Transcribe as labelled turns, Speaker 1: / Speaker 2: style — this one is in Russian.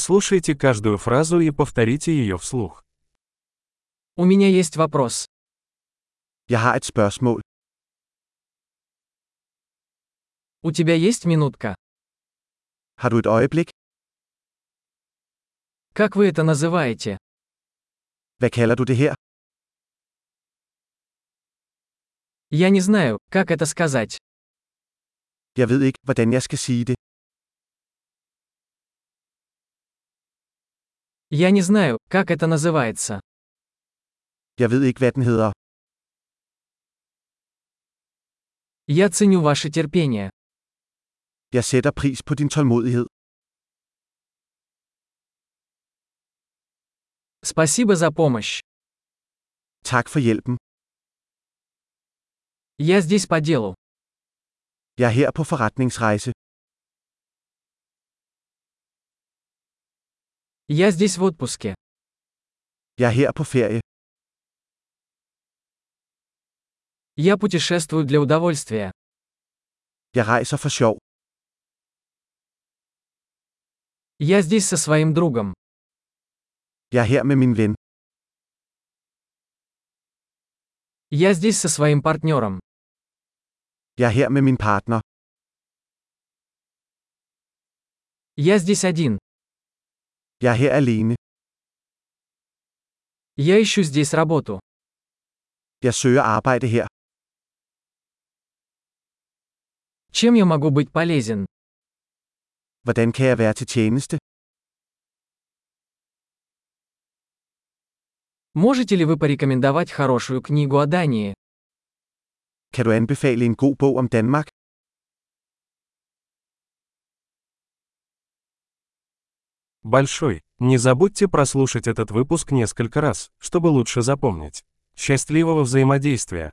Speaker 1: Прослушайте каждую фразу и повторите ее вслух.
Speaker 2: У меня есть вопрос.
Speaker 3: Jeg har et spørgsmål.
Speaker 2: У тебя есть минутка?
Speaker 3: Har du et øjeblik?
Speaker 2: Как вы это называете?
Speaker 3: Hvad kalder du det her?
Speaker 2: Я не знаю, как это сказать.
Speaker 3: Jeg ved ikke, hvordan jeg skal sige det.
Speaker 2: Я не знаю, как это называется.
Speaker 3: Jeg ved ikke, hvad den hedder.
Speaker 2: Я ценю ваше терпение.
Speaker 3: Jeg sætter pris på din tålmodighed.
Speaker 2: Спасибо за помощь.
Speaker 3: Tak for hjælpen.
Speaker 2: Я здесь по делу.
Speaker 3: Jeg er her på forretningsrejse.
Speaker 2: Я здесь в отпуске.
Speaker 3: Jeg er her på ferie.
Speaker 2: Я путешествую для удовольствия.
Speaker 3: Jeg rejser for sjov.
Speaker 2: Я здесь со своим другом.
Speaker 3: Jeg er her med min ven.
Speaker 2: Я здесь со своим партнером.
Speaker 3: Jeg er her med min partner.
Speaker 2: Я здесь один.
Speaker 3: Jeg er her alene.
Speaker 2: Я ищу здесь работу.
Speaker 3: Jeg søger arbejde her.
Speaker 2: Чем я могу быть полезен?
Speaker 3: Hvordan kan jeg være til tjeneste?
Speaker 2: Можете ли вы порекомендовать хорошую книгу о Дании?
Speaker 3: Kan du anbefale en god bog om Danmark?
Speaker 1: Большой. Не забудьте прослушать этот выпуск несколько раз, чтобы лучше запомнить. Счастливого взаимодействия!